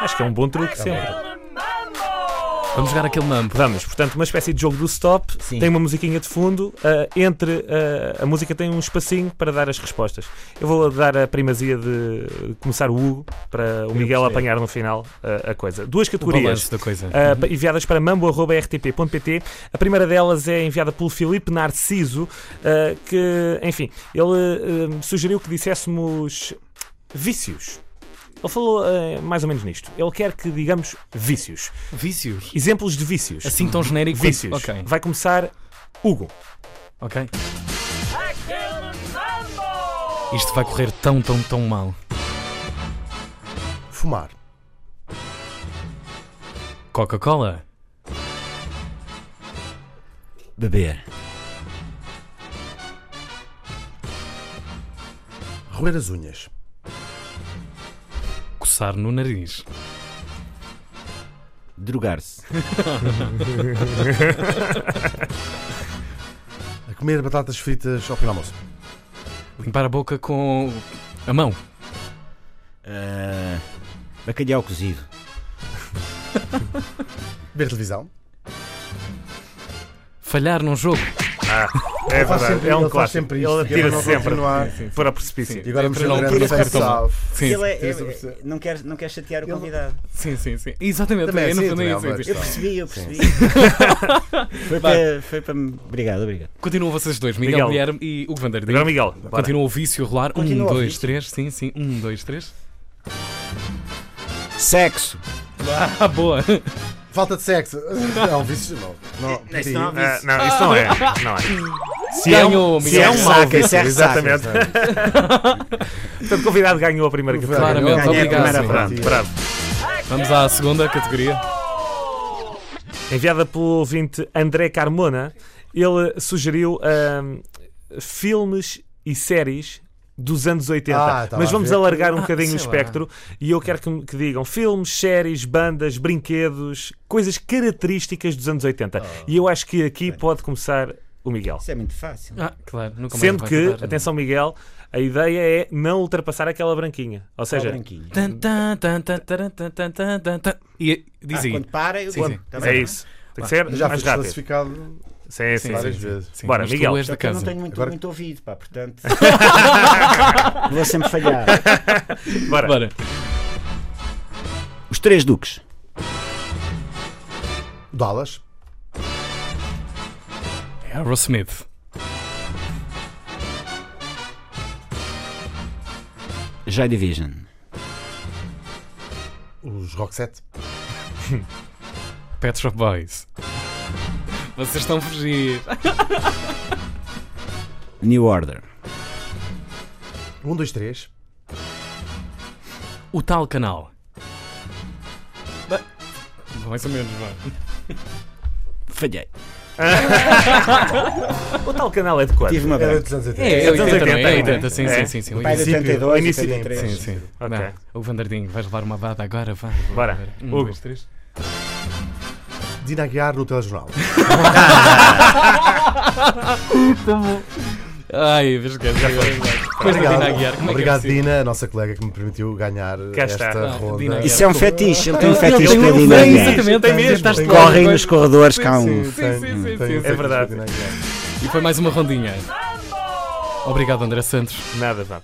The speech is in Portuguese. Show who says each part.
Speaker 1: Acho que é um bom truque sempre.
Speaker 2: Vamos jogar aquele mambo.
Speaker 1: Vamos, portanto, uma espécie de jogo do stop.
Speaker 2: Sim.
Speaker 1: Tem uma musiquinha de fundo. ah, entre ah, a música tem um espacinho para dar as respostas. Eu vou dar a primazia de começar o Hugo para o Miguel
Speaker 2: percebi.
Speaker 1: apanhar no final ah, a coisa. Duas
Speaker 2: O balanço
Speaker 1: categorias.
Speaker 2: da coisa.
Speaker 1: ah, pa- enviadas para mambo.rtp.pt. A primeira delas é enviada pelo Filipe Narciso, ah, que, enfim, ele ah, sugeriu que dissessemos vícios. Ele falou ah, mais ou menos nisto. Ele quer que digamos vícios.
Speaker 2: Vícios.
Speaker 1: Exemplos de vícios.
Speaker 2: Assim tão genérico. quanto-
Speaker 1: Vícios.
Speaker 2: Ok.
Speaker 1: Vai começar Hugo.
Speaker 2: Ok. Isto vai correr tão, tão, tão mal.
Speaker 3: Fumar.
Speaker 2: Coca-Cola.
Speaker 4: Beber.
Speaker 3: Roer as unhas.
Speaker 2: Coçar no nariz.
Speaker 4: Drogar-se.
Speaker 3: A comer batatas fritas ao fim do almoço.
Speaker 2: Limpar a boca com a mão.
Speaker 4: Ah, bacalhau cozido.
Speaker 3: Ver televisão.
Speaker 2: Falhar num jogo.
Speaker 1: É verdade,
Speaker 3: faz sempre-
Speaker 1: é
Speaker 3: ele
Speaker 1: um
Speaker 3: faz
Speaker 1: clássico.
Speaker 3: sempre isto,
Speaker 1: ele
Speaker 3: que é para
Speaker 1: atira
Speaker 3: não
Speaker 1: sempre
Speaker 3: continuar.
Speaker 1: para o precipício.
Speaker 3: E agora vamos
Speaker 2: Entra na
Speaker 3: fazer
Speaker 2: altura
Speaker 3: grande
Speaker 2: certa.
Speaker 3: ressalva.
Speaker 2: Sim,
Speaker 4: Ele é, é-
Speaker 3: 13%.
Speaker 4: não, quer, não quer chatear o convidado.
Speaker 2: sim, sim. sim. Exatamente.
Speaker 3: Também
Speaker 2: é,
Speaker 3: é
Speaker 2: não
Speaker 3: assim,
Speaker 2: foi nem
Speaker 3: também é
Speaker 2: isso,
Speaker 3: uma
Speaker 2: existe.
Speaker 4: Eu
Speaker 3: Está.
Speaker 4: percebi, eu percebi.
Speaker 2: Vai.
Speaker 4: foi, para, foi para me. Obrigado, obrigado.
Speaker 2: Continuam vocês dois,
Speaker 1: Miguel.
Speaker 2: Miguel, Guilherme e Hugo Vandeiro.
Speaker 1: Agora, Miguel, bora.
Speaker 2: Continua o vício a rolar.
Speaker 4: Continua
Speaker 2: um,
Speaker 4: o
Speaker 2: dois,
Speaker 4: vício.
Speaker 2: três. Sim, sim. Um, dois, três.
Speaker 4: Sexo.
Speaker 2: Ah, boa.
Speaker 3: Falta de sexo. É um Não, vícios não. Não,
Speaker 4: É, Isso não um há
Speaker 3: sim.
Speaker 1: Ah, não, isso não é. Não é. Se é
Speaker 2: Ganhou,
Speaker 1: um, se é
Speaker 2: Miguel.
Speaker 1: um mau
Speaker 4: Saca,
Speaker 1: vício,
Speaker 4: saca,
Speaker 1: exatamente. Portanto, o convidado ganhou a primeira categoria.
Speaker 2: Claramente,
Speaker 4: Ganhei a
Speaker 2: obrigado.
Speaker 4: primeira
Speaker 2: sim.
Speaker 1: Pronto, bravo.
Speaker 2: Vamos à segunda categoria.
Speaker 1: Enviada pelo ouvinte André Carmona, ele sugeriu ahm, filmes e séries dos anos 80.
Speaker 3: Ah, estava
Speaker 1: Mas
Speaker 3: a
Speaker 1: vamos
Speaker 3: ver.
Speaker 1: alargar um
Speaker 2: Ah,
Speaker 1: bocadinho o
Speaker 2: sei lá.
Speaker 1: espectro e eu quero que, me- que digam filmes, séries, bandas, brinquedos, coisas características dos anos 80.
Speaker 3: Ah.
Speaker 1: E eu acho que aqui pode começar o Miguel.
Speaker 4: Isso é muito fácil.
Speaker 2: Ah, claro. Nunca mais
Speaker 1: Sendo
Speaker 2: vai né?
Speaker 1: que,
Speaker 2: contar, não.
Speaker 1: atenção Miguel, a ideia é não ultrapassar aquela branquinha.
Speaker 3: Tá
Speaker 1: Ou
Speaker 4: Só
Speaker 1: seja,
Speaker 4: branquinho.
Speaker 2: Tan, tan, tan, tan, taran, tan, tan, tan, tan, tan. E é- diz
Speaker 4: Ah,
Speaker 2: aí.
Speaker 4: quando para, eu
Speaker 2: Sim,
Speaker 4: conto.
Speaker 2: sim.
Speaker 4: Tá
Speaker 1: é
Speaker 4: bem?
Speaker 1: isso. Tem que ser
Speaker 3: Já
Speaker 1: mais
Speaker 3: foste
Speaker 1: rápido.
Speaker 3: classificado
Speaker 1: Sim, sim,
Speaker 3: várias
Speaker 1: sim.
Speaker 3: vezes.
Speaker 2: Sim,
Speaker 1: Bora,
Speaker 2: mas
Speaker 1: Miguel.
Speaker 2: Tu és
Speaker 4: Só
Speaker 2: da
Speaker 4: que eu não
Speaker 2: casa.
Speaker 4: tenho muito,
Speaker 3: Agora-
Speaker 4: muito ouvido, pá, portanto. Vou sempre falhar.
Speaker 1: Bora.
Speaker 2: Bora.
Speaker 4: Os três duques.
Speaker 3: Dallas.
Speaker 2: É Aerosmith.
Speaker 4: Joy Division.
Speaker 3: Os Roxette.
Speaker 2: Pet Shop Boys. Vocês estão a fugir.
Speaker 4: New Order.
Speaker 3: 1, 2, 3.
Speaker 2: O tal canal. Ba- Mais ou menos, vá.
Speaker 4: Falhei.
Speaker 1: O tal canal é de quando?
Speaker 4: Tive uma
Speaker 3: Era
Speaker 4: branca.
Speaker 3: dos anos 80.
Speaker 2: É, é
Speaker 1: dos
Speaker 2: 80, não é?
Speaker 1: 80,
Speaker 2: É
Speaker 1: não é?
Speaker 2: 80, sim,
Speaker 1: É.
Speaker 2: sim, sim, sim.
Speaker 4: Pai de
Speaker 3: Princípio,
Speaker 4: 82 e
Speaker 3: início de-
Speaker 4: 83.
Speaker 2: Sim, sim.
Speaker 1: Ok.
Speaker 2: Não, o Vandardinho, vais levar uma dada agora, vá.
Speaker 1: Bora.
Speaker 2: Um,
Speaker 1: Hugo.
Speaker 2: dois, três.
Speaker 3: Dina Aguiar no telejornal.
Speaker 2: Ai, vês que é Depois da Dina Aguiar, como é que é
Speaker 3: Obrigado,
Speaker 2: possível?
Speaker 3: Dina, a nossa colega que me permitiu ganhar
Speaker 1: Cá está.
Speaker 3: esta
Speaker 2: Ah,
Speaker 3: ronda.
Speaker 2: Dina Aguiar.
Speaker 4: Isso é um fetiche. Ele tem um fetiche
Speaker 2: Ele tem
Speaker 4: para
Speaker 2: um-
Speaker 4: Dina
Speaker 2: tem,
Speaker 4: Aguiar.
Speaker 2: exatamente,
Speaker 3: Tem
Speaker 2: tem
Speaker 3: mesmo,
Speaker 2: tentaste
Speaker 3: tem.
Speaker 2: levar
Speaker 4: Correm
Speaker 2: uma
Speaker 4: nos
Speaker 2: coisa-
Speaker 4: corredores
Speaker 2: Sim,
Speaker 4: cá
Speaker 2: sim,
Speaker 4: um.
Speaker 2: sim, sim, sim, sim,
Speaker 1: É verdade.
Speaker 2: E foi mais uma rondinha. Obrigado, André Santos.
Speaker 1: Nada, vá.